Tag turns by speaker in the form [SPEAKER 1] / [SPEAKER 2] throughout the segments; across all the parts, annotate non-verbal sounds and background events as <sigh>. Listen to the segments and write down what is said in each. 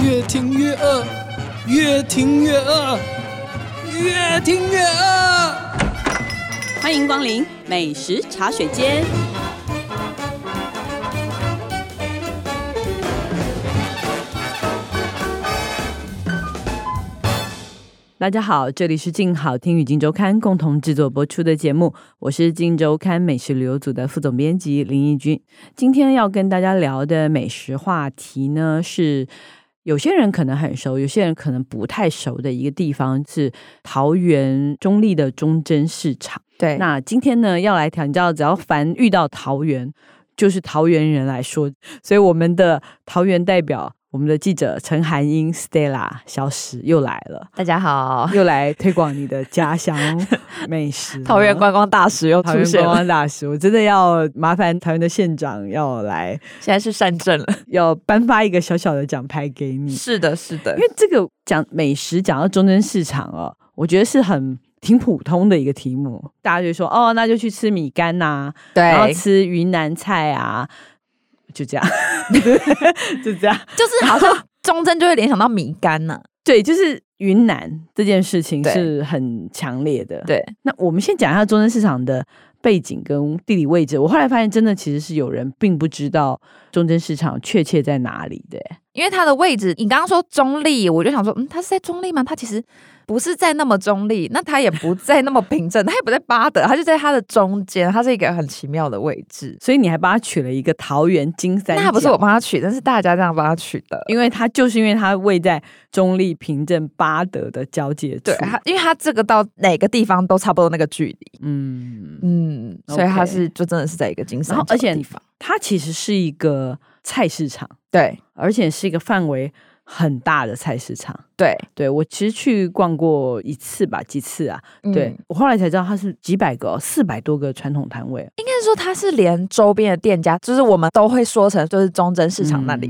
[SPEAKER 1] 越听越饿，越听越饿，越听越饿。
[SPEAKER 2] 欢迎光临美食茶水间。
[SPEAKER 3] 大家好，这里是静好听与静周刊共同制作播出的节目，我是静周刊美食旅游组的副总编辑林义君。今天要跟大家聊的美食话题呢，是有些人可能很熟，有些人可能不太熟的一个地方是桃园中立的忠贞市场。
[SPEAKER 4] 对，
[SPEAKER 3] 那今天呢，要来调，你知道，只要凡遇到桃园，就是桃园人来说，所以我们的桃园代表，我们的记者陈涵英 Stella 小史又来 <laughs> 了。
[SPEAKER 4] 大家好，
[SPEAKER 3] 又来推广你的家乡美食了。
[SPEAKER 4] 桃园观光大使又
[SPEAKER 3] 桃
[SPEAKER 4] 出
[SPEAKER 3] 园
[SPEAKER 4] 现
[SPEAKER 3] 观
[SPEAKER 4] 了，
[SPEAKER 3] 光大使，我真的要麻烦桃园的县长要来，
[SPEAKER 4] 现在是善政了。
[SPEAKER 3] 要颁发一个小小的奖牌给你，
[SPEAKER 4] 是的，是的
[SPEAKER 3] 因，为这个讲美食讲到中正市场哦，我觉得是很。挺普通的一个题目，大家就说哦，那就去吃米干呐、然 <laughs> 后
[SPEAKER 4] 对，
[SPEAKER 3] 吃云南菜啊，就这样， <laughs> 就这样。
[SPEAKER 4] 就是好像忠贞就会联想到米干呢、
[SPEAKER 3] 对，就是云南这件事情
[SPEAKER 4] 对
[SPEAKER 3] 是很强烈的。
[SPEAKER 4] 对，
[SPEAKER 3] 那我们先讲一下中正市场的背景跟地理位置。我后来发现，真的其实是有人并不知道中正市场确切在哪里的。欸
[SPEAKER 4] 因为它的位置，你刚刚说中立，我就想说，嗯，它是在中立吗？它其实不是在那么中立，那它也不在那么平整， <laughs> 它也不在巴德，它就在它的中间，它是一个很奇妙的位置。
[SPEAKER 3] 所以你还帮他取了一个桃园金三角，
[SPEAKER 4] 那不是我帮他取，但是大家这样帮他取的。
[SPEAKER 3] 因为它就是因为它位在中立、平镇、巴德的交界处。
[SPEAKER 4] 对，它因为它这个到哪个地方都差不多那个距离，
[SPEAKER 3] 嗯，
[SPEAKER 4] 嗯，所以
[SPEAKER 3] OK
[SPEAKER 4] 它是就真的是在一个金三
[SPEAKER 3] 然后
[SPEAKER 4] 角
[SPEAKER 3] 而且
[SPEAKER 4] 的地方，
[SPEAKER 3] 它其实是一个菜市场，
[SPEAKER 4] 对
[SPEAKER 3] 而且是一个范围很大的菜市场。
[SPEAKER 4] 对
[SPEAKER 3] 对我其实去逛过一次吧，几次啊。对、
[SPEAKER 4] 嗯
[SPEAKER 3] 我后来才知道它是几百个、哦，四百多个传统摊位，哦
[SPEAKER 4] 应该说它是连周边的店家，就是我们都会说成就是忠贞市场那里，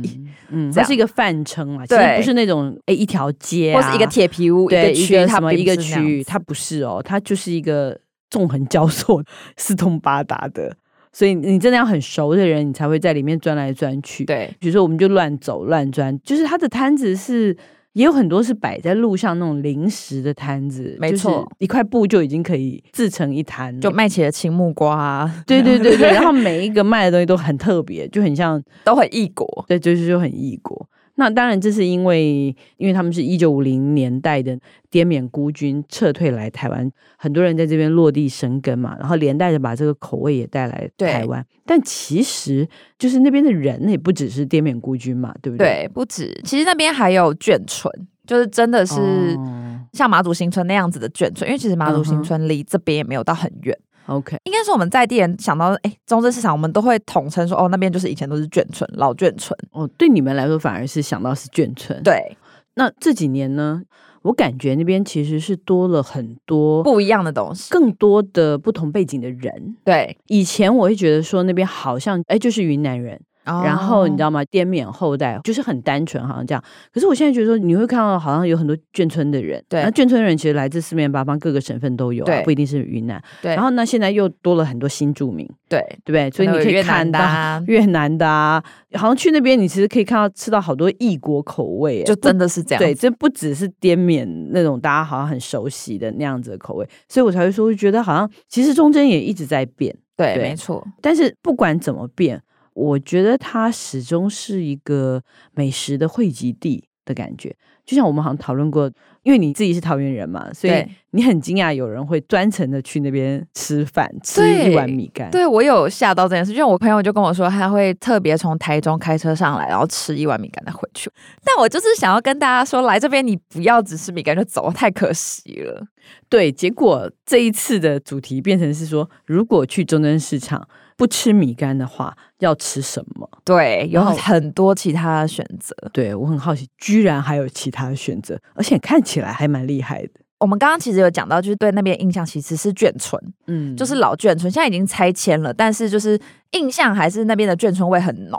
[SPEAKER 3] 嗯，嗯
[SPEAKER 4] 这
[SPEAKER 3] 它
[SPEAKER 4] 样
[SPEAKER 3] 是一个泛称啊，其实
[SPEAKER 4] 对
[SPEAKER 3] 不是那种哎一条街、啊、
[SPEAKER 4] 或是一个铁皮屋
[SPEAKER 3] 对
[SPEAKER 4] 区，它
[SPEAKER 3] 什么
[SPEAKER 4] 并
[SPEAKER 3] 一个
[SPEAKER 4] 不是那
[SPEAKER 3] 区
[SPEAKER 4] 样
[SPEAKER 3] 域，它不是哦，它就是一个纵横交错、 <laughs> 四通八达的，所以你真的要很熟的人，你才会在里面钻来钻去。，
[SPEAKER 4] 对
[SPEAKER 3] 比如说我们就乱走乱钻，就是它的摊子是。也有很多是摆在路上那种临时的摊子，
[SPEAKER 4] 没
[SPEAKER 3] 就是
[SPEAKER 4] 错
[SPEAKER 3] 一块布就已经可以制成一摊了，
[SPEAKER 4] 就卖起了青木瓜、啊，
[SPEAKER 3] 对对
[SPEAKER 4] <laughs>
[SPEAKER 3] 对对，然后每一个卖的东西都很特别，就很像
[SPEAKER 4] 都很异国，
[SPEAKER 3] 对，就是就很异国。那当然，这是因为因为他们是一九五零年代的滇缅孤军撤退来台湾，很多人在这边落地生根嘛，然后连带着把这个口味也带来
[SPEAKER 4] 对
[SPEAKER 3] 台湾。但其实就是那边的人也不只是滇缅孤军嘛，对不对？
[SPEAKER 4] 对，不止，其实那边还有眷村，就是真的是。
[SPEAKER 3] 哦
[SPEAKER 4] 像马祖新村那样子的眷村，因为其实马祖
[SPEAKER 3] 嗯
[SPEAKER 4] 新
[SPEAKER 3] 哼
[SPEAKER 4] 村离这边也没有到很
[SPEAKER 3] 嗯
[SPEAKER 4] 远，
[SPEAKER 3] OK，
[SPEAKER 4] 应该是我们在地人想到，哎、中正市场，我们都会统称说，哦，那边就是以前都是眷村，老眷村。
[SPEAKER 3] 哦，对你们来说反而是想到是眷村。，
[SPEAKER 4] 对，
[SPEAKER 3] 那这几年呢，我感觉那边其实是多了很多
[SPEAKER 4] 不一样的东西。
[SPEAKER 3] 更多的不同背景的人。
[SPEAKER 4] 对，
[SPEAKER 3] 以前我会觉得说那边好像哎就是云南人，
[SPEAKER 4] 哦
[SPEAKER 3] 然后你知
[SPEAKER 4] 道。
[SPEAKER 3] 道吗？滇缅后代就是很单纯，好像这样。可是我现在觉得说你会看到好像有很多眷村的人，
[SPEAKER 4] 对
[SPEAKER 3] 那眷村人其实来自四面八方，各个省份都有、啊，
[SPEAKER 4] 对
[SPEAKER 3] 不一定是云南。
[SPEAKER 4] 对
[SPEAKER 3] 然后呢，现在又多了很多新住民，
[SPEAKER 4] 对，
[SPEAKER 3] 对不对？所以
[SPEAKER 4] 可能
[SPEAKER 3] 你
[SPEAKER 4] 有
[SPEAKER 3] 可以
[SPEAKER 4] 越南
[SPEAKER 3] 看
[SPEAKER 4] 的
[SPEAKER 3] 到。
[SPEAKER 4] 啊、
[SPEAKER 3] <laughs> 越南的啊，好像去那边，你其实可以看到吃到好多异国口味耶，
[SPEAKER 4] 就
[SPEAKER 3] 不
[SPEAKER 4] 真的是这样。
[SPEAKER 3] 对，，这不只是滇缅那种大家好像很熟悉的那样子的口味，所以我才会说，会觉得好像其实中间也一直在变，
[SPEAKER 4] 对，
[SPEAKER 3] 对
[SPEAKER 4] 没错，
[SPEAKER 3] 但是不管怎么变，我觉得它始终是一个美食的汇集地的感觉。就像我们好像讨论过，因为你自己是桃园人嘛，所以
[SPEAKER 4] 对
[SPEAKER 3] 你很惊讶有人会专程的去那边吃饭，吃
[SPEAKER 4] 对
[SPEAKER 3] 一碗米干。
[SPEAKER 4] 对我有吓到这件事，因为我朋友就跟我说，他会特别从台中开车上来，然后吃一碗米干再回去。但我就是想要跟大家说，来这边你不要只吃米干就走，太可惜了。
[SPEAKER 3] 对结果这一次的主题变成是说，如果去中正市场不吃米干的话，要吃什么？
[SPEAKER 4] 对，有
[SPEAKER 3] 然后
[SPEAKER 4] 很多其他的选择。
[SPEAKER 3] 对我很好奇，居然还有其他的选择，而且看起来还蛮厉害的。
[SPEAKER 4] 我们刚刚其实有讲到，就是对那边印象其实是眷村，
[SPEAKER 3] 嗯
[SPEAKER 4] 就是老眷村，现在已经拆迁了，但是就是印象还是那边的眷村味很浓。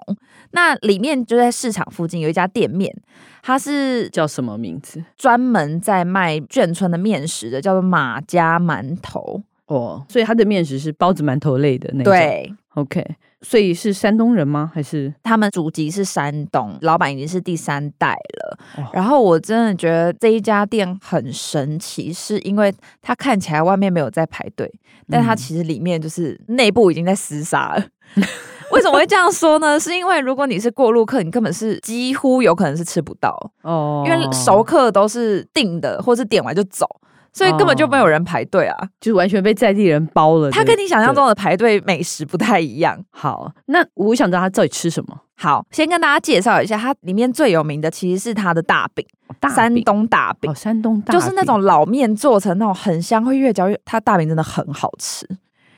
[SPEAKER 4] 那里面就在市场附近有一家店面，它是
[SPEAKER 3] 叫什么名字？
[SPEAKER 4] 专门在卖眷村的面食的，叫做马家馒头。
[SPEAKER 3] 哦，所以它的面食是包子、馒头类的那种。
[SPEAKER 4] 对，
[SPEAKER 3] ，OK，所以是山东人吗？还是
[SPEAKER 4] 他们祖籍是山东，老板已经是第三代了。了。
[SPEAKER 3] 哦
[SPEAKER 4] 然后我真的觉得这一家店很神奇，是因为它看起来外面没有在排队，但它
[SPEAKER 3] 嗯
[SPEAKER 4] 其实里面就是内部已经在厮杀了。 <laughs> 为什么会这样说呢？是因为如果你是过路客，你根本是几乎有可能是吃不到，
[SPEAKER 3] 哦
[SPEAKER 4] 因为熟客都是订的，或是点完就走，所以根本就没有人排队啊。
[SPEAKER 3] 就完全被在地人包了。
[SPEAKER 4] 它
[SPEAKER 3] 对
[SPEAKER 4] 跟你想象中的排队美食不太一样。
[SPEAKER 3] 好，那我想知道他到底吃什么？
[SPEAKER 4] 好，先跟大家介绍一下，它里面最有名的其实是它的大饼，
[SPEAKER 3] 大饼
[SPEAKER 4] 山东大饼
[SPEAKER 3] 哦，。山东大
[SPEAKER 4] 就是那
[SPEAKER 3] 饼
[SPEAKER 4] 种老面做成那种很香，会越嚼越。它大饼真的很好吃，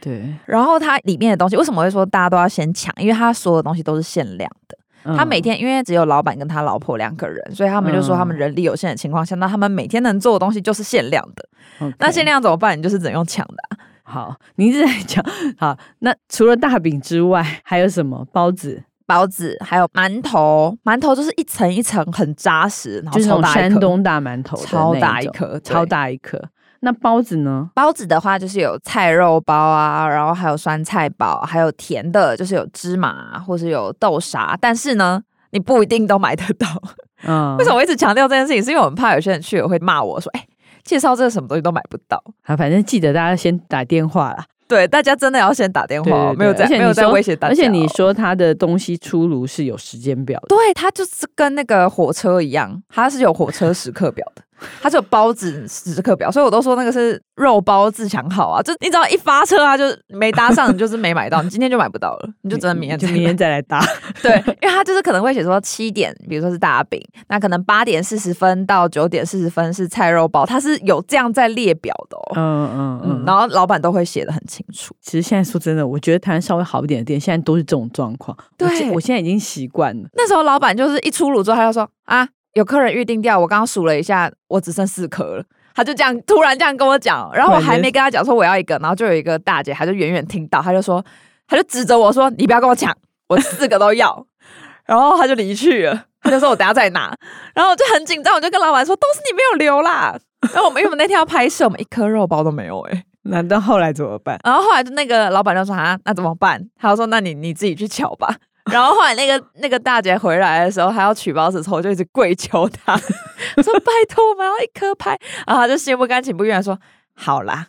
[SPEAKER 3] 对，
[SPEAKER 4] 然后它里面的东西为什么会说大家都要先抢？因为它所有东西都是限量的。
[SPEAKER 3] 嗯
[SPEAKER 4] 他每天因为只有老板跟他老婆两个人，所以他们就说他
[SPEAKER 3] 嗯
[SPEAKER 4] 们人力有限的情况下，那他们每天能做的东西就是限量的。
[SPEAKER 3] 嗯 OK
[SPEAKER 4] 那限量怎么办？你就是只能用抢的啊、
[SPEAKER 3] 好，你一直在讲好。那除了大饼之外，还有什么包子？
[SPEAKER 4] 包子，还有馒头，馒头就是一层一层很扎实，然后
[SPEAKER 3] 就是那
[SPEAKER 4] 超
[SPEAKER 3] 种
[SPEAKER 4] 大一颗
[SPEAKER 3] 山东大馒头的那
[SPEAKER 4] 超大一
[SPEAKER 3] 种
[SPEAKER 4] 颗，
[SPEAKER 3] 超
[SPEAKER 4] 对
[SPEAKER 3] 大一颗。那包子呢？
[SPEAKER 4] 包子的话，就是有菜肉包啊，然后还有酸菜包，还有甜的，就是有芝麻啊或是有豆沙。但是呢，你不一定都买得到。 <laughs>
[SPEAKER 3] 嗯，
[SPEAKER 4] 为什么我一直强调这件事情？是因为我们怕有些人去了会骂我说：“哎、介绍这个什么东西都买不到。
[SPEAKER 3] 好，反正记得大家先打电话啦。”
[SPEAKER 4] 对，大家真的要先打电话哦，
[SPEAKER 3] 对对对
[SPEAKER 4] 没有在
[SPEAKER 3] 而且你
[SPEAKER 4] 没有在
[SPEAKER 3] 说
[SPEAKER 4] 威胁大家哦。
[SPEAKER 3] 而且你说他的东西出炉是有时间表的，
[SPEAKER 4] 对，它就是跟那个火车一样，它是有火车时刻表的，它是有包子时刻表，所以我都说那个是肉包自强号啊，就你只要一发车啊，就没搭上，你就是没买到，你今天就买不到了，你就只能明天
[SPEAKER 3] 就
[SPEAKER 4] 再
[SPEAKER 3] 明
[SPEAKER 4] 买。 <laughs>
[SPEAKER 3] 天再来打。
[SPEAKER 4] 对，因为它就是可能会写说七点，比如说是大饼，那可能八点四十分到九点四十分是菜肉包，它是有这样在列表的哦。
[SPEAKER 3] 嗯
[SPEAKER 4] 嗯，
[SPEAKER 3] 那
[SPEAKER 4] 然后老板都会写的很清楚。
[SPEAKER 3] 其实现在说真的，我觉得台湾稍微好一点的店，现在都是这种状况。我
[SPEAKER 4] 对
[SPEAKER 3] 现我现在已经习惯了。
[SPEAKER 4] 那时候老板就是一出炉之后，他就说啊，有客人预定掉，我刚刚数了一下，我只剩四颗了。他就这样突然这样跟我讲，然后我还没跟他讲说我要一个，然后就有一个大姐，她就远远听到，她就说，她就指着我说：“你不要跟我抢，我四个都要。” <laughs> 然后她就离去了，她就说我等下再拿。然后我就很紧张，我就跟老板说：“都是你没有留啦。”然后我们因为我们那天要拍摄，我们一颗肉包都没有哎、欸
[SPEAKER 3] 那到后来怎么办？
[SPEAKER 4] 然后后来就那个老板就说啊，那怎么办？他就说那你你自己去瞧吧。然后后来那个那个大姐回来的时候，她要取包子的时候，我就一直跪求她， <laughs> 我说拜托我们要一颗拍。然后她就心不甘情不愿地说好啦，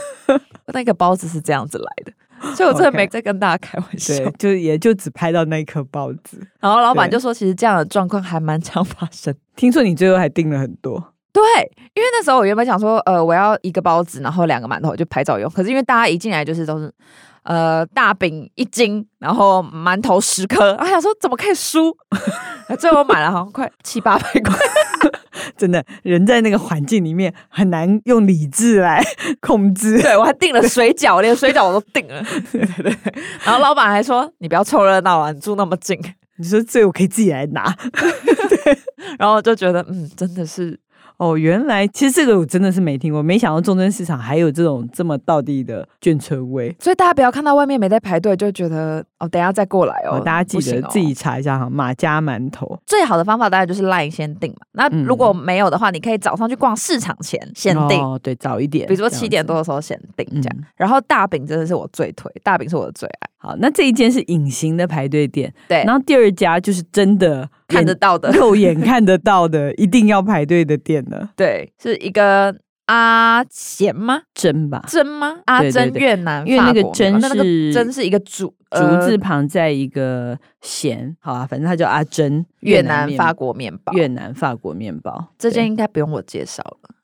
[SPEAKER 4] <laughs> 那个包子是这样子来的。所以我真的
[SPEAKER 3] OK
[SPEAKER 4] 没在跟大家开玩笑。
[SPEAKER 3] 对，就是也就只拍到那一颗包子。
[SPEAKER 4] 然后老板
[SPEAKER 3] 对
[SPEAKER 4] 就说，其实这样的状况还蛮常发生。
[SPEAKER 3] 听说你最后还订了很多，
[SPEAKER 4] 对，因为那时候我原本想说，呃，我要一个包子，然后两个馒头就拍照用。可是因为大家一进来就是都是，呃，大饼一斤，然后馒头十颗，啊我想说怎么可以输？ <laughs> 最后买了好像快七八百块，
[SPEAKER 3] 真的人在那个环境里面很难用理智来 <laughs> 控制。
[SPEAKER 4] 对我还订了水饺，连水饺我都订
[SPEAKER 3] <laughs>
[SPEAKER 4] 了。对对对，然后老板还说你不要凑热闹啊，你住那么近。
[SPEAKER 3] 你说这我可以自己来拿
[SPEAKER 4] 然后我就觉得，嗯，真的是
[SPEAKER 3] 哦，原来其实这个我真的是没听过，没想到中正市场还有这种这么道地的眷村味。
[SPEAKER 4] 所以大家不要看到外面没在排队，就觉得哦，等一下再过来哦。
[SPEAKER 3] 哦，大家记
[SPEAKER 4] 不行
[SPEAKER 3] 得
[SPEAKER 4] 哦
[SPEAKER 3] 自己查一下哈，马家馒头
[SPEAKER 4] 最好的方法当然就是 LINE 先订嘛。那
[SPEAKER 3] 嗯
[SPEAKER 4] 如果没有的话，你可以早上去逛市场前先订，
[SPEAKER 3] 哦，对，早一点，
[SPEAKER 4] 比如说
[SPEAKER 3] 这样
[SPEAKER 4] 七点
[SPEAKER 3] 子
[SPEAKER 4] 多。的时候先订这样。
[SPEAKER 3] 嗯
[SPEAKER 4] 然后大饼真的是我最推，大饼是我的最
[SPEAKER 3] <laughs>
[SPEAKER 4] 爱，
[SPEAKER 3] 好，那这一间是隐形的排队店，
[SPEAKER 4] 对
[SPEAKER 3] 然后第二家就是真的
[SPEAKER 4] 看
[SPEAKER 3] <laughs>
[SPEAKER 4] 得
[SPEAKER 3] 眼。
[SPEAKER 4] 到的
[SPEAKER 3] 肉眼看得到的，一定要排队的店
[SPEAKER 4] <laughs>
[SPEAKER 3] 了，
[SPEAKER 4] 对，是一个阿贤吗？
[SPEAKER 3] 真吧？
[SPEAKER 4] 珍吗？阿
[SPEAKER 3] 对对
[SPEAKER 4] 珍
[SPEAKER 3] 对
[SPEAKER 4] 越南，
[SPEAKER 3] 因为那个
[SPEAKER 4] 法国
[SPEAKER 3] 珍
[SPEAKER 4] 那那
[SPEAKER 3] 是
[SPEAKER 4] 个珍是一个竹
[SPEAKER 3] 竹字
[SPEAKER 4] 呃
[SPEAKER 3] 旁在一个咸，好啊，反正它叫阿珍，
[SPEAKER 4] 越南法
[SPEAKER 3] 国
[SPEAKER 4] 国面包，
[SPEAKER 3] 越南法国面包，
[SPEAKER 4] 这
[SPEAKER 3] 对
[SPEAKER 4] 间应该不用我介绍了。 <laughs>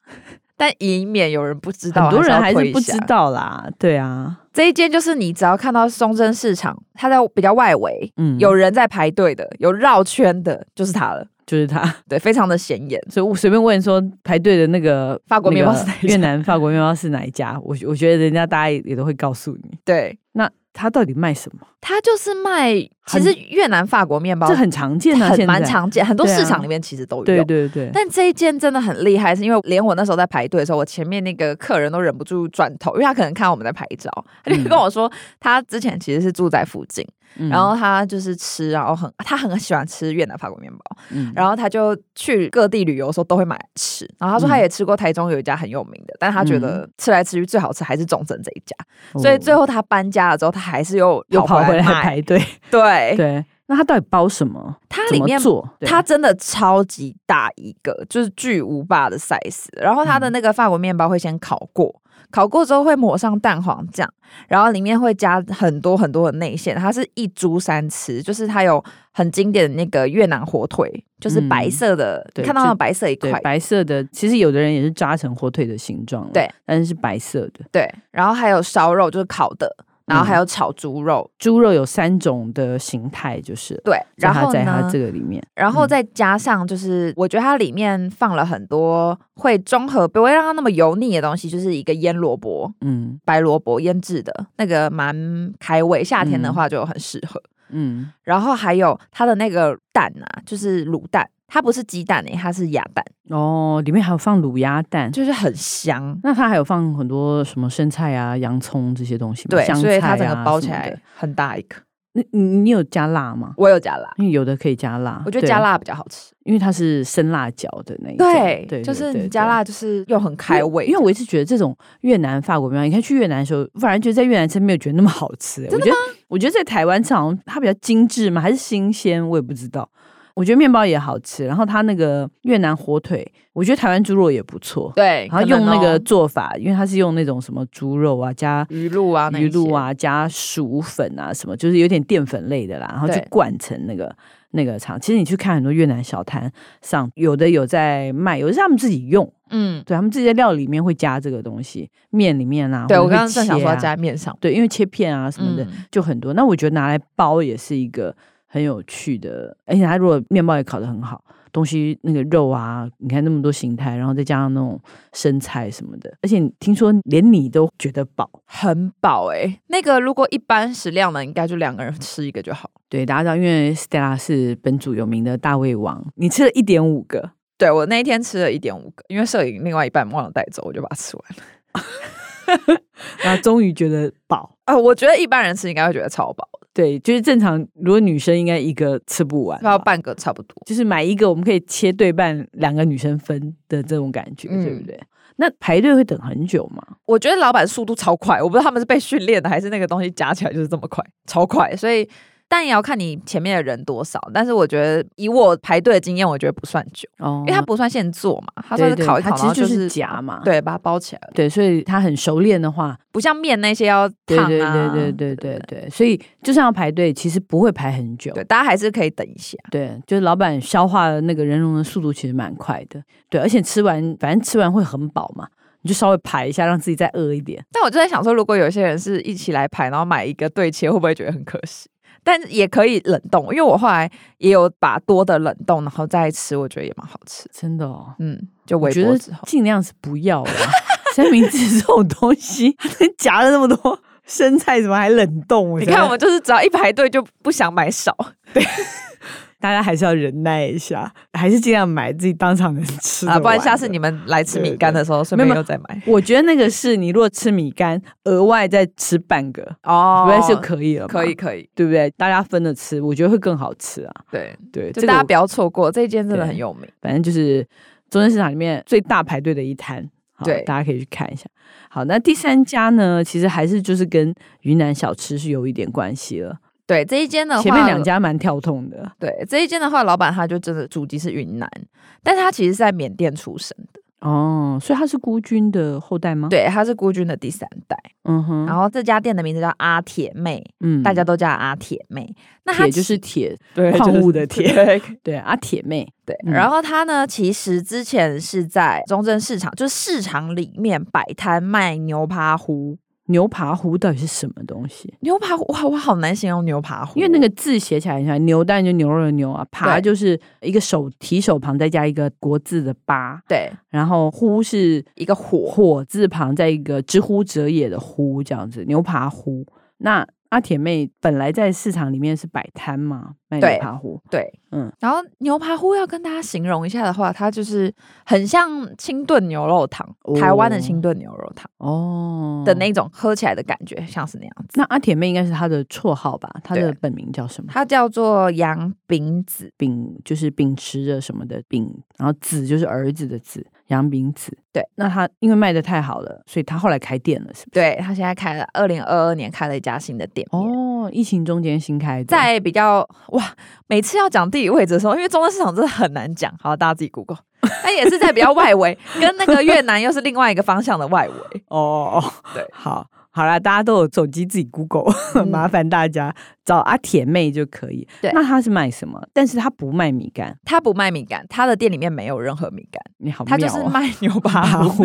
[SPEAKER 4] 但以免有人不知道，
[SPEAKER 3] 很多人还
[SPEAKER 4] 要
[SPEAKER 3] 是
[SPEAKER 4] 推一
[SPEAKER 3] 不知
[SPEAKER 4] 下
[SPEAKER 3] 道啦，对啊，
[SPEAKER 4] 这一间就是你只要看到松针市场，它在比较外围，
[SPEAKER 3] 嗯，
[SPEAKER 4] 有人在排队的，有绕圈的，就是它了。
[SPEAKER 3] 就是它，
[SPEAKER 4] 对，非常的显眼。
[SPEAKER 3] <laughs> 所以我随便问说排队的那个
[SPEAKER 4] 法国面包是哪
[SPEAKER 3] 那
[SPEAKER 4] 一
[SPEAKER 3] 个
[SPEAKER 4] 家
[SPEAKER 3] 越南法国面包是哪一家？我我觉得人家大家也都会告诉你，
[SPEAKER 4] 对，
[SPEAKER 3] 那它到底卖什么？
[SPEAKER 4] 它就是卖，其
[SPEAKER 3] 很
[SPEAKER 4] 实越南法国面包
[SPEAKER 3] 这很常见啊，
[SPEAKER 4] 很
[SPEAKER 3] 现
[SPEAKER 4] 蛮
[SPEAKER 3] 在，
[SPEAKER 4] 常见，很多
[SPEAKER 3] 对啊
[SPEAKER 4] 市场里面其实都有。
[SPEAKER 3] 对对对，
[SPEAKER 4] 但这一间真的很厉害，是因为连我那时候在排队的时候，我前面那个客人都忍不住转头，因为他可能看我们在拍照，他就
[SPEAKER 3] 嗯
[SPEAKER 4] 跟我说，他之前其实是住在附近，
[SPEAKER 3] 嗯
[SPEAKER 4] 然后他就是吃，然后很他很喜欢吃越南法国面包，
[SPEAKER 3] 嗯
[SPEAKER 4] 然后他就去各地旅游的时候都会买来吃。然后他说
[SPEAKER 3] 嗯
[SPEAKER 4] 他也吃过台中有一家很有名的，但他觉得吃来吃去最好吃还是中正这一家，
[SPEAKER 3] 哦
[SPEAKER 4] 所以最后他搬家了之后，他还是又
[SPEAKER 3] 又跑回来
[SPEAKER 4] 买。
[SPEAKER 3] 排队，
[SPEAKER 4] 对，
[SPEAKER 3] 对。那它到底包什么？
[SPEAKER 4] 哎它
[SPEAKER 3] 怎
[SPEAKER 4] 里
[SPEAKER 3] 么
[SPEAKER 4] 面
[SPEAKER 3] 做？对
[SPEAKER 4] 它真的超级大一个，就是巨无霸的 size。然后
[SPEAKER 3] 嗯
[SPEAKER 4] 它的那个法国面包会先烤过，烤过之后会抹上蛋黄酱，然后里面会加很多很多的内馅。它是一猪三吃，就是它有很经典的那个越南火腿，就是
[SPEAKER 3] 嗯
[SPEAKER 4] 白色的，
[SPEAKER 3] 对
[SPEAKER 4] 看到
[SPEAKER 3] 就
[SPEAKER 4] 那白色一块
[SPEAKER 3] 对，白色的，其实有的人也是扎成火腿的形状了，
[SPEAKER 4] 对，
[SPEAKER 3] 但是是白色的。
[SPEAKER 4] 对，然后还有烧肉，就是烤的，然后
[SPEAKER 3] 嗯
[SPEAKER 4] 还有炒猪肉，
[SPEAKER 3] 猪肉有三种的形态，就是了
[SPEAKER 4] 对，
[SPEAKER 3] 所以
[SPEAKER 4] 然
[SPEAKER 3] 它
[SPEAKER 4] 后
[SPEAKER 3] 在它
[SPEAKER 4] 呢
[SPEAKER 3] 这，个里面，
[SPEAKER 4] 然后
[SPEAKER 3] 嗯
[SPEAKER 4] 再加上就是，我觉得它里面放了很多会中和，不会让它那么油腻的东西，就是一个腌萝卜、
[SPEAKER 3] 嗯
[SPEAKER 4] 白萝卜腌制的那个蛮开胃，夏天的
[SPEAKER 3] 嗯
[SPEAKER 4] 话就很适合。
[SPEAKER 3] 嗯，
[SPEAKER 4] 然后还有它的那个蛋啊，就是卤蛋，它不是鸡蛋诶、它是鸭蛋，
[SPEAKER 3] 哦，里面还有放卤鸭蛋。
[SPEAKER 4] 就是很香。
[SPEAKER 3] 那它还有放很多什么生菜啊、洋葱这些东西吗？
[SPEAKER 4] 对，
[SPEAKER 3] 香菜啊、
[SPEAKER 4] 所以它整个包起
[SPEAKER 3] 什么的
[SPEAKER 4] 来。很大一个。
[SPEAKER 3] 你你你有加辣吗？
[SPEAKER 4] 我有加辣，
[SPEAKER 3] 因为有的可以加辣，
[SPEAKER 4] 我觉得
[SPEAKER 3] 对
[SPEAKER 4] 加，辣比较好吃。
[SPEAKER 3] 因为它是生辣椒的那一种，
[SPEAKER 4] 对，
[SPEAKER 3] 对，
[SPEAKER 4] 就是
[SPEAKER 3] 对
[SPEAKER 4] 你加。
[SPEAKER 3] 对
[SPEAKER 4] 辣，就是又很开
[SPEAKER 3] 因为
[SPEAKER 4] 胃，
[SPEAKER 3] 因为我一直觉得这种越南、法国面包，你看去越南的时候，我反而觉得在越南吃没有觉得那么好吃、欸。我觉得，我觉得在台湾吃好像它比较精致嘛，还是新鲜，我也不知道。我觉得面包也好吃，然后它那个越南火腿，我觉得台湾猪肉也不错。
[SPEAKER 4] 对，
[SPEAKER 3] 然后
[SPEAKER 4] 可能
[SPEAKER 3] 用那个
[SPEAKER 4] 哦
[SPEAKER 3] 做法，因为它是用那种什么猪肉啊加
[SPEAKER 4] 鱼露啊，
[SPEAKER 3] 鱼露，啊，加薯粉啊，什么就是有点淀粉类的啦，然后去
[SPEAKER 4] 对
[SPEAKER 3] 灌成那个那个肠。其实你去看很多越南小摊上，有的有在卖，有的是他们自己用，
[SPEAKER 4] 嗯，
[SPEAKER 3] 对他们自己在料理里面会加这个东西，面里面啊，
[SPEAKER 4] 对
[SPEAKER 3] 或者
[SPEAKER 4] 我
[SPEAKER 3] 会
[SPEAKER 4] 刚刚正想
[SPEAKER 3] 切
[SPEAKER 4] 说
[SPEAKER 3] 啊
[SPEAKER 4] 加在面上
[SPEAKER 3] 对，因为切片啊什
[SPEAKER 4] 什么
[SPEAKER 3] 么
[SPEAKER 4] 的
[SPEAKER 3] 的、，就很多。那我觉得拿来包也是一个很有趣的，而且它如果面包也烤得很好。东西那个肉啊，你看那么多形态，然后再加上那种生菜什么的，而且听说连你都觉得饱，
[SPEAKER 4] 很饱哎。那个如果一般食量呢，应该就两个人吃一个就好。
[SPEAKER 3] 对，大家知道，因为 Stella 是本组有名的大胃王，你吃了一点五个，
[SPEAKER 4] 对我那一天吃了一点五个，因为摄影另外一半忘了带走，我就把它吃完了。
[SPEAKER 3] 然后终于觉得饱。
[SPEAKER 4] 啊、我觉得一般人吃应该会觉得超饱，
[SPEAKER 3] 对，就是正常，如果女生应该一个吃不完
[SPEAKER 4] 要
[SPEAKER 3] 吧，
[SPEAKER 4] 半个差不多。
[SPEAKER 3] 就是买一个我们可以切对半，两个女生分的这种感觉，对不
[SPEAKER 4] 嗯
[SPEAKER 3] 对？那排队会等很久吗？
[SPEAKER 4] 我觉得老板速度超快，我不知道他们是被训练的，还是那个东西加起来就是这么快，超快。所以，但也要看你前面的人多少。但是我觉得以我排队的经验，我觉得不算久，
[SPEAKER 3] 哦
[SPEAKER 4] 因为它不算现做嘛，它算是
[SPEAKER 3] 对对
[SPEAKER 4] 烤一烤，
[SPEAKER 3] 它其
[SPEAKER 4] 然后
[SPEAKER 3] 实就是
[SPEAKER 4] 是
[SPEAKER 3] 夹嘛
[SPEAKER 4] 对，把它包起来了，
[SPEAKER 3] 对，所以他很熟练的话，
[SPEAKER 4] 不像面那些要
[SPEAKER 3] 对
[SPEAKER 4] 烫啊，
[SPEAKER 3] 对对对对对对，所以就算要排队，其实不会排很久。
[SPEAKER 4] 对，大家还是可以等一下。
[SPEAKER 3] 对，就是老板消化的那个人龙的速度其实蛮快的，对，而且吃完反正吃完会很饱嘛，你就稍微排一下，让自己再饿一点。
[SPEAKER 4] 但我就在想说，如果有些人是一起来排，然后买一个对切，会不会觉得很可惜？但也可以冷冻，因为我后来也有把多的冷冻，然后再吃，我觉得也蛮好吃。
[SPEAKER 3] 真的哦，
[SPEAKER 4] 嗯，就
[SPEAKER 3] 我
[SPEAKER 4] 微
[SPEAKER 3] 觉
[SPEAKER 4] 波
[SPEAKER 3] 得
[SPEAKER 4] 之后。
[SPEAKER 3] 尽量是不要啦。三明治这种东西， <laughs> 它都夹了那么多生菜，怎么还冷冻？我
[SPEAKER 4] 你
[SPEAKER 3] 觉得
[SPEAKER 4] 看，我们就是只要一排队就不想买少，
[SPEAKER 3] 大家还是要忍耐一下，还是尽量买自己当场能吃的
[SPEAKER 4] 啊，不然下
[SPEAKER 3] 完
[SPEAKER 4] 次
[SPEAKER 3] 的
[SPEAKER 4] 你们来吃
[SPEAKER 3] 对
[SPEAKER 4] 米干的时候，顺便
[SPEAKER 3] 没有
[SPEAKER 4] 又再买
[SPEAKER 3] 我觉得那个是你如果吃米干，额外再吃半个，
[SPEAKER 4] 哦
[SPEAKER 3] 应该就可以了嘛，
[SPEAKER 4] 可以可以，
[SPEAKER 3] 对不对？大家分着吃，我觉得会更好吃啊。
[SPEAKER 4] 对，
[SPEAKER 3] 对，
[SPEAKER 4] 就
[SPEAKER 3] 这个
[SPEAKER 4] 大家
[SPEAKER 3] 我
[SPEAKER 4] 不要错过，这一间真的
[SPEAKER 3] 对
[SPEAKER 4] 很有名。
[SPEAKER 3] 反正就是中正市场里面最大排队的一摊。好
[SPEAKER 4] 对
[SPEAKER 3] 大家可以去看一下。好，那第三家呢，其实还是就是跟云南小吃是有一点关系了。
[SPEAKER 4] 对，这一间的话，
[SPEAKER 3] 前面两家蛮跳痛的，
[SPEAKER 4] 对这一间的话，老板他就真的祖籍是云南，但是他其实是在缅甸出生的，
[SPEAKER 3] 哦，所以他是孤军的后代吗？，
[SPEAKER 4] 对，他是孤军的第三代。
[SPEAKER 3] 嗯哼，
[SPEAKER 4] 然后这家店的名字叫阿铁妹，
[SPEAKER 3] 嗯
[SPEAKER 4] 大家都叫她阿铁妹。那她
[SPEAKER 3] 铁就
[SPEAKER 4] 其
[SPEAKER 3] 是铁，
[SPEAKER 4] <laughs> 对
[SPEAKER 3] 矿
[SPEAKER 4] 就是
[SPEAKER 3] 物的铁
[SPEAKER 4] 对
[SPEAKER 3] 对啊，铁妹，
[SPEAKER 4] 对。
[SPEAKER 3] 嗯
[SPEAKER 4] 然后她呢，其实之前是在中正市场，就是市场里面摆摊卖牛扒糊。
[SPEAKER 3] 牛扒糊到底是什么东西？
[SPEAKER 4] 牛扒糊哇，我好难形容牛扒糊，哦
[SPEAKER 3] 因为那个字写起来很像牛蛋，就牛肉的牛啊，扒
[SPEAKER 4] 对
[SPEAKER 3] 就是一个手提手旁再加一个国字的八，
[SPEAKER 4] 对
[SPEAKER 3] 然后呼是
[SPEAKER 4] 一个火
[SPEAKER 3] 火字旁，在一个知乎者也的乎这样子，牛扒乎。那阿铁妹本来在市场里面是摆摊嘛，卖牛
[SPEAKER 4] 对
[SPEAKER 3] 扒乎。
[SPEAKER 4] 对，
[SPEAKER 3] 嗯
[SPEAKER 4] 嗯。然后牛扒糊要跟大家形容一下的话，它就是很像清炖牛肉汤，台湾的
[SPEAKER 3] 哦
[SPEAKER 4] 清炖牛肉汤
[SPEAKER 3] 哦
[SPEAKER 4] 的那种喝起来的感觉，像是那样子。
[SPEAKER 3] 那阿铁妹应该是她的绰号吧？她的
[SPEAKER 4] 对
[SPEAKER 3] 本名叫什么？
[SPEAKER 4] 它叫做羊饼子。
[SPEAKER 3] 秉就是秉持着什么的秉，然后子就是儿子的子，杨秉子。
[SPEAKER 4] 对，
[SPEAKER 3] 那他因为卖的太好了，所以他后来开店了，是不是？
[SPEAKER 4] 对他现在开了二零二二年开了一家新的店面。
[SPEAKER 3] 哦，疫情中间新开的，
[SPEAKER 4] 在比较哇，每次要讲地理位置的时候，因为中正市场真的很难讲，好，大家自己 Google。它也是在比较外围，跟那个越南又是另外一个方向的外围。
[SPEAKER 3] 哦，
[SPEAKER 4] <laughs> 对，嗯
[SPEAKER 3] 好，好啦，大家都有手机自己 Google，、麻 <laughs> 烦大家找阿铁妹就可以。
[SPEAKER 4] 对
[SPEAKER 3] 那她是卖什么？但是她不卖米干，
[SPEAKER 4] 他不卖米干，他的店里面没有任何米干，
[SPEAKER 3] 你好妙、
[SPEAKER 4] 他
[SPEAKER 3] 哦，
[SPEAKER 4] 就是卖
[SPEAKER 3] <laughs>
[SPEAKER 4] 牛扒
[SPEAKER 3] 爬
[SPEAKER 4] 糊。
[SPEAKER 3] 糊，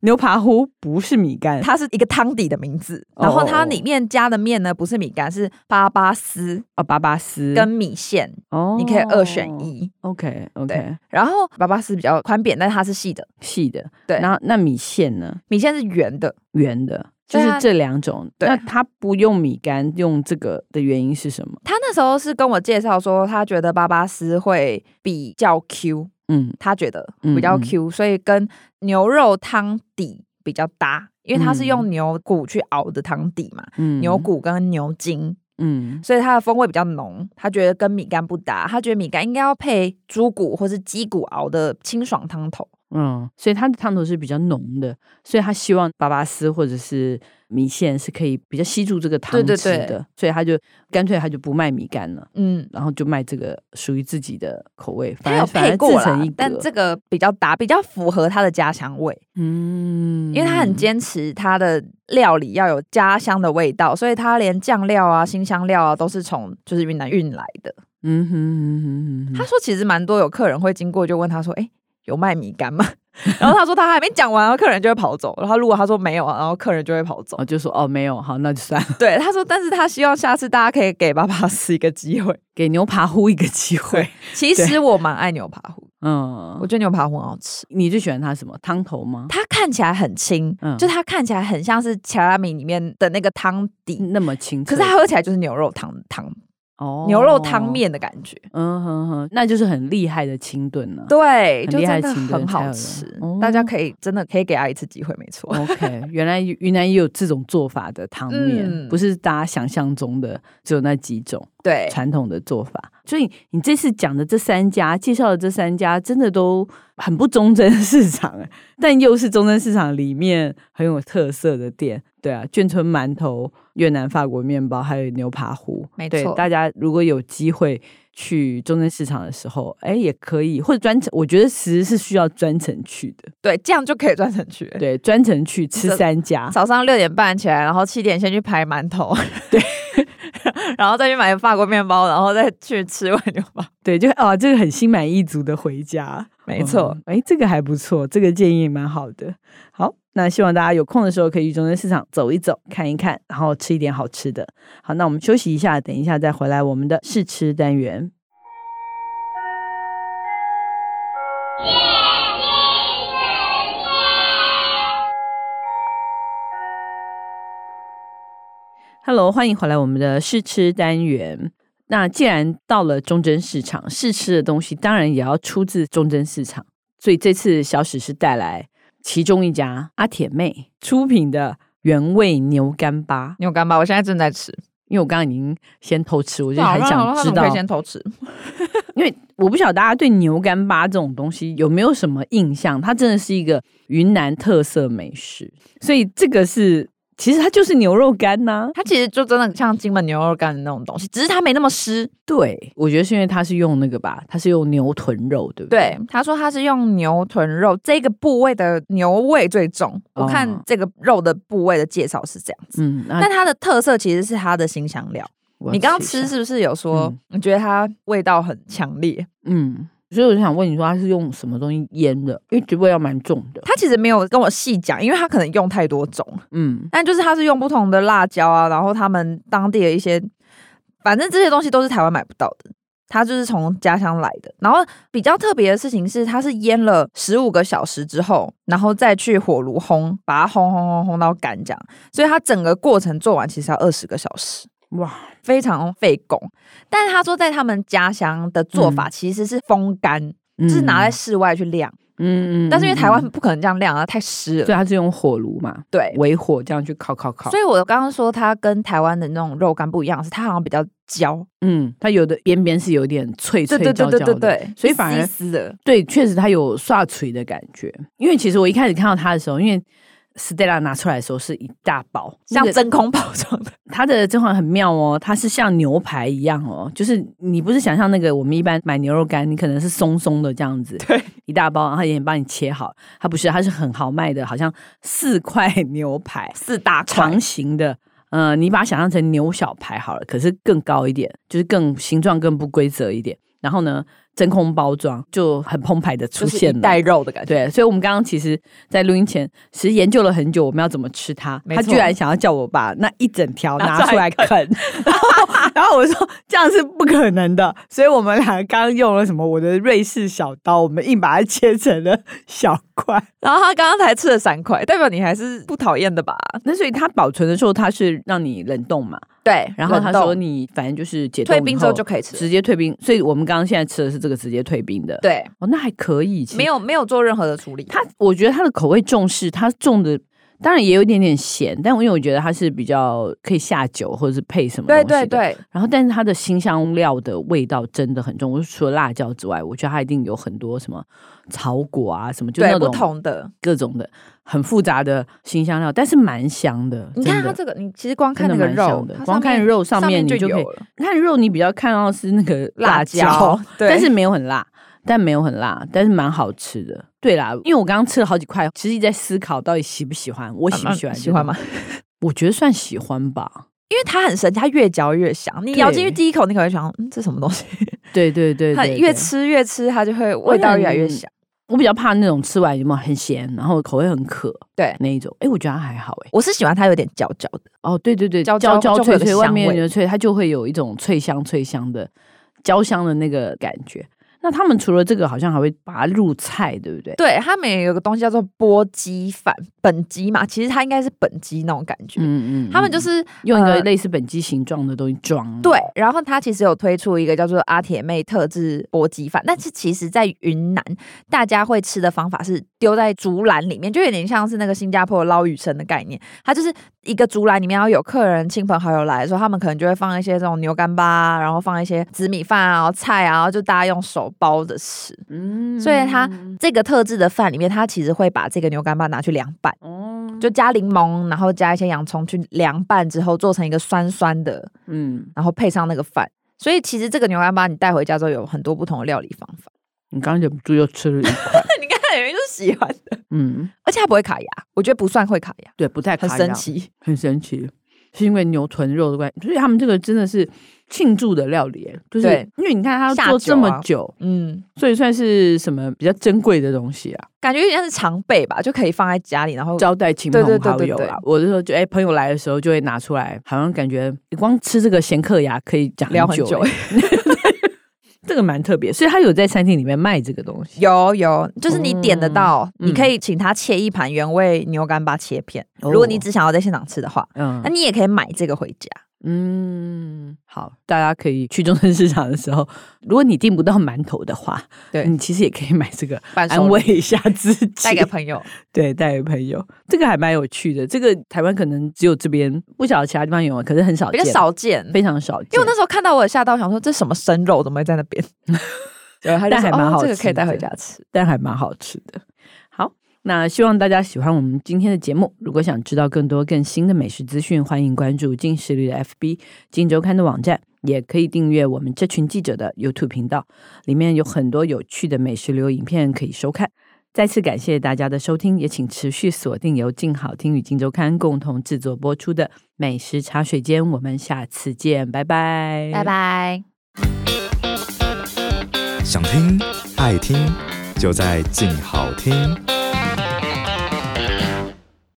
[SPEAKER 3] 牛扒糊不是米干，
[SPEAKER 4] 它是一个汤底的名字，
[SPEAKER 3] 哦
[SPEAKER 4] 然后它里面加的面呢不是米干，是巴巴丝
[SPEAKER 3] 哦，粑粑丝
[SPEAKER 4] 跟米线，
[SPEAKER 3] 哦，
[SPEAKER 4] 你可以二选。一。
[SPEAKER 3] OK
[SPEAKER 4] 对
[SPEAKER 3] OK，
[SPEAKER 4] 然后巴巴丝比较宽扁，但是它是细的，
[SPEAKER 3] 细的，
[SPEAKER 4] 对
[SPEAKER 3] 然后那米线呢？
[SPEAKER 4] 米线是圆的，
[SPEAKER 3] 圆的，就
[SPEAKER 4] 对
[SPEAKER 3] 是
[SPEAKER 4] 啊
[SPEAKER 3] 这两种。
[SPEAKER 4] 对
[SPEAKER 3] 那他不用米干，用这个的原因是什么？
[SPEAKER 4] 他那时候是跟我介绍说，他觉得巴巴斯会比较 Q，
[SPEAKER 3] 嗯
[SPEAKER 4] 他觉得
[SPEAKER 3] 嗯
[SPEAKER 4] 比较
[SPEAKER 3] 嗯
[SPEAKER 4] Q，、所以跟牛肉汤底比较搭，因为它是用牛骨去熬的汤底嘛，
[SPEAKER 3] 嗯，
[SPEAKER 4] 牛，骨跟牛筋，
[SPEAKER 3] 嗯
[SPEAKER 4] 所以它的风味比较浓。他觉得跟米干不搭，他觉得米干应该要配猪骨或是鸡骨熬的清爽汤头。
[SPEAKER 3] 嗯，所以它的汤头是比较浓的，所以他希望粑粑丝或者是米线是可以比较吸住这个汤
[SPEAKER 4] 对对
[SPEAKER 3] 汁
[SPEAKER 4] 对
[SPEAKER 3] 的，所以他就干脆他就不卖米干了。
[SPEAKER 4] 嗯，
[SPEAKER 3] 然后就卖这个属于自己的口味，反
[SPEAKER 4] 他
[SPEAKER 3] 而
[SPEAKER 4] 有
[SPEAKER 3] 反而
[SPEAKER 4] 配
[SPEAKER 3] 自
[SPEAKER 4] 过
[SPEAKER 3] 成
[SPEAKER 4] 啦
[SPEAKER 3] 一格，
[SPEAKER 4] 但这个比较搭，比较符合他的家乡味。
[SPEAKER 3] 嗯
[SPEAKER 4] 因为他很坚持他的料理要有家乡的味道，所以他连酱料啊、新香料啊都是从就是云南运来的。
[SPEAKER 3] 嗯哼嗯哼嗯哼，
[SPEAKER 4] 他说其实蛮多有客人会经过就问他说：“哎、有卖米干吗？” <laughs> 然后他说他还没讲完，然后客人就会跑走。然后如果他说没有啊，然后客人就会跑走
[SPEAKER 3] 我。就说哦没有，好那就算了，
[SPEAKER 4] 对，他说，但是他希望下次大家可以给爸爸吃一个机会。
[SPEAKER 3] 给牛扒糊一个机会。
[SPEAKER 4] <laughs> 其实我蛮爱牛扒 <laughs> 糊，我
[SPEAKER 3] 嗯，
[SPEAKER 4] 觉得牛扒糊很好吃。
[SPEAKER 3] 你最喜欢它什么汤头吗？
[SPEAKER 4] 它看起来很清，
[SPEAKER 3] 嗯
[SPEAKER 4] 就它看起来很像是卡拉米里面的那个汤底，
[SPEAKER 3] 那么清
[SPEAKER 4] 可
[SPEAKER 3] 澈，
[SPEAKER 4] 是它喝起来就是牛肉汤汤
[SPEAKER 3] 哦
[SPEAKER 4] 牛肉汤，面的感觉。
[SPEAKER 3] 嗯哼哼，那就是很厉害的清炖了、
[SPEAKER 4] 对，
[SPEAKER 3] 很
[SPEAKER 4] 就
[SPEAKER 3] 厉害的
[SPEAKER 4] 真的
[SPEAKER 3] 情歌
[SPEAKER 4] 很
[SPEAKER 3] 才有
[SPEAKER 4] 好哦
[SPEAKER 3] 人
[SPEAKER 4] 吃，
[SPEAKER 3] 哦
[SPEAKER 4] 大家可以真的可以给他一次机会，没错。
[SPEAKER 3] OK，原来云南也有这种做法的汤面，
[SPEAKER 4] 嗯
[SPEAKER 3] 不是大家想象中的只有那几种
[SPEAKER 4] 对，
[SPEAKER 3] 传统的做法。所以你这次讲的这三家，介绍的这三家，真的都很不忠贞市场、哎，但又是忠贞市场里面很有特色的店。对啊，眷村馒头、越南法国面包，还有牛扒糊，
[SPEAKER 4] 没
[SPEAKER 3] 对
[SPEAKER 4] 错
[SPEAKER 3] 大家如果有机会去忠贞市场的时候，哎，也可以，或者专程，我觉得其实是需要专程去的。
[SPEAKER 4] 对，这样就可以赚成去。
[SPEAKER 3] 对，专程去吃
[SPEAKER 4] 这
[SPEAKER 3] 三家，
[SPEAKER 4] 早上六点半起来，然后七点先去排馒头，对， <laughs> 然后再去买法国面包，然后再去吃碗牛包。
[SPEAKER 3] 对，就哦，这个很心满意足的回家，
[SPEAKER 4] 没错，
[SPEAKER 3] 嗯，哎、这个还不错，这个建议也蛮好的。好，那希望大家有空的时候可以去中正市场走一走，看一看，然后吃一点好吃的。好，那我们休息一下，等一下再回来我们的试吃单元。Hello，欢迎回来我们的试吃单元。那既然到了忠贞市场，试吃的东西当然也要出自忠贞市场，所以这次小史是带来其中一家阿铁妹出品的原味牛干巴。
[SPEAKER 4] 牛干吧，我现在正在吃，
[SPEAKER 3] 因为我刚刚已经先偷吃，啊我就很
[SPEAKER 4] 好
[SPEAKER 3] 想
[SPEAKER 4] 那
[SPEAKER 3] 知
[SPEAKER 4] 啊我们
[SPEAKER 3] 道
[SPEAKER 4] 可以，先偷吃。
[SPEAKER 3] 因为我不晓得大家对牛干巴这种东西有没有什么印象？它真的是一个云南特色美食，所以这个是其实它就是牛肉干呐、
[SPEAKER 4] 它其实就真的像金门牛肉干的那种东西，只是它没那么湿。
[SPEAKER 3] 对，我觉得是因为它是用那个吧，它是用牛臀肉，对不对？
[SPEAKER 4] 对，他说他是用牛臀肉这个部位的牛味最重，我
[SPEAKER 3] 哦
[SPEAKER 4] 看这个肉的部位的介绍是这样子。
[SPEAKER 3] 嗯，那
[SPEAKER 4] 但它的特色其实是它的新香料。
[SPEAKER 3] 我要
[SPEAKER 4] 你刚刚
[SPEAKER 3] 一
[SPEAKER 4] 吃
[SPEAKER 3] 下，
[SPEAKER 4] 是不是有说
[SPEAKER 3] 嗯
[SPEAKER 4] 你觉得它味道很强烈？
[SPEAKER 3] 嗯，所以我就想问你说，它是用什么东西腌的？因为这味道蛮重的，
[SPEAKER 4] 它其实没有跟我细讲，因为它可能用太多种，
[SPEAKER 3] 嗯
[SPEAKER 4] 但就是它是用不同的辣椒啊，然后他们当地的一些，反正这些东西都是台湾买不到的。它就是从家乡来的，然后比较特别的事情是，它是腌了十五个小时之后，然后再去火炉烘，把它烘烘烘烘到干这样，所以它整个过程做完其实要二十个小时。
[SPEAKER 3] 哇，
[SPEAKER 4] 非常费工，但是他说在他们家乡的做法其实是风干，
[SPEAKER 3] 嗯
[SPEAKER 4] 是拿在室外去晾，
[SPEAKER 3] 嗯
[SPEAKER 4] 但是因为台，
[SPEAKER 3] 嗯
[SPEAKER 4] 湾不可能这样晾啊，太湿
[SPEAKER 3] 嗯所以
[SPEAKER 4] 了。
[SPEAKER 3] 它是用火炉嘛，
[SPEAKER 4] 对，
[SPEAKER 3] 微火这样去烤烤烤
[SPEAKER 4] 所。以我刚刚说它跟台湾的那种肉干不一样，是它好像比较焦，
[SPEAKER 3] 嗯，它有的边边是有点脆脆
[SPEAKER 4] 对
[SPEAKER 3] 焦焦
[SPEAKER 4] 对对
[SPEAKER 3] 的，
[SPEAKER 4] 对对对，
[SPEAKER 3] 所以反而
[SPEAKER 4] 一丝一丝的，
[SPEAKER 3] 对，确实它有刷锤的感觉。因为其实我一开始看到它的时候，因为 Stella 拿出来的时候是一大包，那
[SPEAKER 4] 像
[SPEAKER 3] 个
[SPEAKER 4] 真空包装的。
[SPEAKER 3] 它的甄嬛很妙哦，它是像牛排一样哦，就是你不是想象那个我们一般买牛肉干，你可能是松松的这样子，
[SPEAKER 4] 对，
[SPEAKER 3] 一大包，然后它也帮你切好。它不是，它是很豪迈的，好像四块牛排，
[SPEAKER 4] <laughs> 四大块
[SPEAKER 3] 长，形的。呃，你把它想象成牛小排好了，可是更高一点，就是更形状更不规则一点。然后呢，真空包装就很澎湃的出
[SPEAKER 4] 就是
[SPEAKER 3] 现
[SPEAKER 4] 一
[SPEAKER 3] 了。
[SPEAKER 4] 袋肉的感觉。
[SPEAKER 3] 对，所以我们刚刚其实，在录音前，其实研究了很久，我们要怎么吃它。
[SPEAKER 4] 没
[SPEAKER 3] 他
[SPEAKER 4] 错
[SPEAKER 3] 居然想要叫我把那一整条
[SPEAKER 4] 拿
[SPEAKER 3] 拿
[SPEAKER 4] 出
[SPEAKER 3] 出来
[SPEAKER 4] 来
[SPEAKER 3] 啃，然后然后我说这样是不可能的，所以我们俩刚刚用了什么我的瑞士小刀，我们硬把它切成了小块。
[SPEAKER 4] 然后他刚刚才吃了三块，代表你还是不讨厌的吧？
[SPEAKER 3] 那所以它保存的时候，它是让你冷冻嘛，
[SPEAKER 4] 对，
[SPEAKER 3] 然后他
[SPEAKER 4] 冷冻
[SPEAKER 3] 说你反正就是解冻
[SPEAKER 4] 退冰之后就可以吃。
[SPEAKER 3] 直接退冰，所以我们刚刚现在吃的是这个直接退冰的。，
[SPEAKER 4] 对，
[SPEAKER 3] 哦，那还可以，其实
[SPEAKER 4] 没有没有做任何的处理。
[SPEAKER 3] 它，我觉得它的口味重视，它重的当然也有一点点咸，但我因为我觉得它是比较可以下酒或者是配什么东
[SPEAKER 4] 对
[SPEAKER 3] 西
[SPEAKER 4] 对
[SPEAKER 3] 的
[SPEAKER 4] 对，
[SPEAKER 3] 然后，但是它的辛香料的味道真的很重，我除了辣椒之外，我觉得它一定有很多什么草果啊，什么就
[SPEAKER 4] 对
[SPEAKER 3] 那
[SPEAKER 4] 不
[SPEAKER 3] 种
[SPEAKER 4] 同的。
[SPEAKER 3] 各种的很复杂的辛香料，但是蛮香的。
[SPEAKER 4] 你看
[SPEAKER 3] 真
[SPEAKER 4] 它
[SPEAKER 3] 的
[SPEAKER 4] 这个，你其实光看
[SPEAKER 3] 真的
[SPEAKER 4] 那个
[SPEAKER 3] 蛮香
[SPEAKER 4] 肉
[SPEAKER 3] 的，
[SPEAKER 4] 它
[SPEAKER 3] 光
[SPEAKER 4] 上
[SPEAKER 3] 看
[SPEAKER 4] 面
[SPEAKER 3] 肉上
[SPEAKER 4] 上
[SPEAKER 3] 面你
[SPEAKER 4] 就
[SPEAKER 3] 就可以
[SPEAKER 4] 有了
[SPEAKER 3] 看肉，你比较看到是那个
[SPEAKER 4] 辣
[SPEAKER 3] 椒， <laughs>
[SPEAKER 4] 椒， <laughs> 对
[SPEAKER 3] 但是没有很辣，但没有很辣，但是蛮好吃的。对啦，因为我刚刚吃了好几块，其实一直在思考到底喜不喜欢，我喜不喜欢、
[SPEAKER 4] 嗯嗯喜欢吗？？
[SPEAKER 3] 我觉得算喜欢吧。
[SPEAKER 4] 因为它很神奇，它越嚼越香。你咬进去
[SPEAKER 3] 对
[SPEAKER 4] 第一口，你可能会想，嗯，这什么东西？
[SPEAKER 3] 对对对
[SPEAKER 4] 它
[SPEAKER 3] 对对
[SPEAKER 4] 越吃越吃，它就会味道越来越香。
[SPEAKER 3] 我比较怕那种吃完有没有很咸，然后口味很渴，
[SPEAKER 4] 对
[SPEAKER 3] 那一种。哎，我觉得还好哎。
[SPEAKER 4] 我是喜欢它有点焦焦的，
[SPEAKER 3] 哦，对对对，
[SPEAKER 4] 焦
[SPEAKER 3] 焦
[SPEAKER 4] 焦就
[SPEAKER 3] 脆
[SPEAKER 4] 会有个
[SPEAKER 3] 脆，外
[SPEAKER 4] 香
[SPEAKER 3] 面
[SPEAKER 4] 味
[SPEAKER 3] 的脆，它就会有一种脆香脆香的焦香的那个感觉。那他们除了这个，好像还会把它入菜，对不对？
[SPEAKER 4] 对，它们有个东西叫做波鸡饭，本鸡嘛，其实它应该是本鸡那种感觉。
[SPEAKER 3] 嗯嗯
[SPEAKER 4] 他们就
[SPEAKER 3] 嗯
[SPEAKER 4] 是
[SPEAKER 3] 用一个
[SPEAKER 4] 呃
[SPEAKER 3] 类似本机形状的东西装。
[SPEAKER 4] 对，然后它其实有推出一个叫做阿铁妹特制波鸡饭，但是其实在云南大家会吃的方法是丢在竹篮里面，就有点像是那个新加坡捞鱼生的概念。它就是一个竹篮里面，然后有客人、亲朋好友来的时候，他们可能就会放一些这种牛干巴啊，然后放一些紫米饭啊、然后菜啊，然后就大家用手包着吃。
[SPEAKER 3] 嗯
[SPEAKER 4] 所以它这个特制的饭里面，它其实会把这个牛干巴拿去凉拌，
[SPEAKER 3] 哦，
[SPEAKER 4] 就加柠檬，然后加一些洋葱去凉拌之后，做成一个酸酸的
[SPEAKER 3] 嗯，
[SPEAKER 4] 然后配上那个饭。所以其实这个牛干巴你带回家之后有很多不同的料理方法。
[SPEAKER 3] 你刚刚忍不住又吃了一块。
[SPEAKER 4] <laughs> 你看，有人就喜欢的，
[SPEAKER 3] 嗯，
[SPEAKER 4] 而且它不会卡牙，我觉得不算会卡牙，
[SPEAKER 3] 对，不太
[SPEAKER 4] 很
[SPEAKER 3] 卡
[SPEAKER 4] 神
[SPEAKER 3] 牙，
[SPEAKER 4] 奇。
[SPEAKER 3] 很神奇，是因为牛臀肉的关系，所以他们这个真的是庆祝的料理，就是
[SPEAKER 4] 对
[SPEAKER 3] 因为你看它
[SPEAKER 4] 下
[SPEAKER 3] 做
[SPEAKER 4] 酒
[SPEAKER 3] 这么
[SPEAKER 4] 啊
[SPEAKER 3] 久，
[SPEAKER 4] 嗯，
[SPEAKER 3] 所以算是什么比较珍贵的东西啊？
[SPEAKER 4] 感觉有点像是常备吧，就可以放在家里，然后
[SPEAKER 3] 招待亲朋好友
[SPEAKER 4] 对
[SPEAKER 3] 啦。
[SPEAKER 4] 对对对对
[SPEAKER 3] 我是说，就哎、朋友来的时候就会拿出来，好像感觉你光吃这个咸客牙可以讲
[SPEAKER 4] 聊很
[SPEAKER 3] 久
[SPEAKER 4] 久
[SPEAKER 3] 欸、。
[SPEAKER 4] <laughs>
[SPEAKER 3] 这个蛮特别，所以他有在餐厅里面卖这个东西。
[SPEAKER 4] 有有，就是你点得到，
[SPEAKER 3] 嗯
[SPEAKER 4] 你可以请他切一盘原味牛干巴切片。
[SPEAKER 3] 哦
[SPEAKER 4] 如果你只想要在现场吃的话，
[SPEAKER 3] 嗯
[SPEAKER 4] 那你也可以买这个回家。
[SPEAKER 3] 嗯，好，大家可以去中山市场的时候，如果你订不到馒头的话，
[SPEAKER 4] 对
[SPEAKER 3] 你其实也可以买这个
[SPEAKER 4] 伴手
[SPEAKER 3] 安
[SPEAKER 4] 礼
[SPEAKER 3] 慰一下自己，
[SPEAKER 4] 带 <laughs> 给朋友，
[SPEAKER 3] <laughs> 对，带给朋友，这个还蛮有趣的。这个台湾可能只有这边，不晓得其他地方有没有，可是很少
[SPEAKER 4] 比
[SPEAKER 3] 见，
[SPEAKER 4] 较少见。
[SPEAKER 3] 非常少见。
[SPEAKER 4] 因为我那时候看到我有吓到，想说这什么生肉怎么会在那 <laughs> 边？对，他就
[SPEAKER 3] 但还
[SPEAKER 4] 说
[SPEAKER 3] 蛮
[SPEAKER 4] 哦
[SPEAKER 3] 好
[SPEAKER 4] 这个可
[SPEAKER 3] 吃
[SPEAKER 4] 以带回
[SPEAKER 3] 的
[SPEAKER 4] 家吃。
[SPEAKER 3] 但还蛮好吃的。好，那希望大家喜欢我们今天的节目。如果想知道更多更新的美食资讯，欢迎关注进食率的 FB、金周刊的网站，也可以订阅我们这群记者的 YouTube 频道，里面有很多有趣的美食旅游影片可以收看。再次感谢大家的收听，也请持续锁定由静好听与静周刊共同制作播出的《美食茶水间》，我们下次见，拜拜，
[SPEAKER 4] 拜。拜。
[SPEAKER 5] 想听爱听，就在静好听。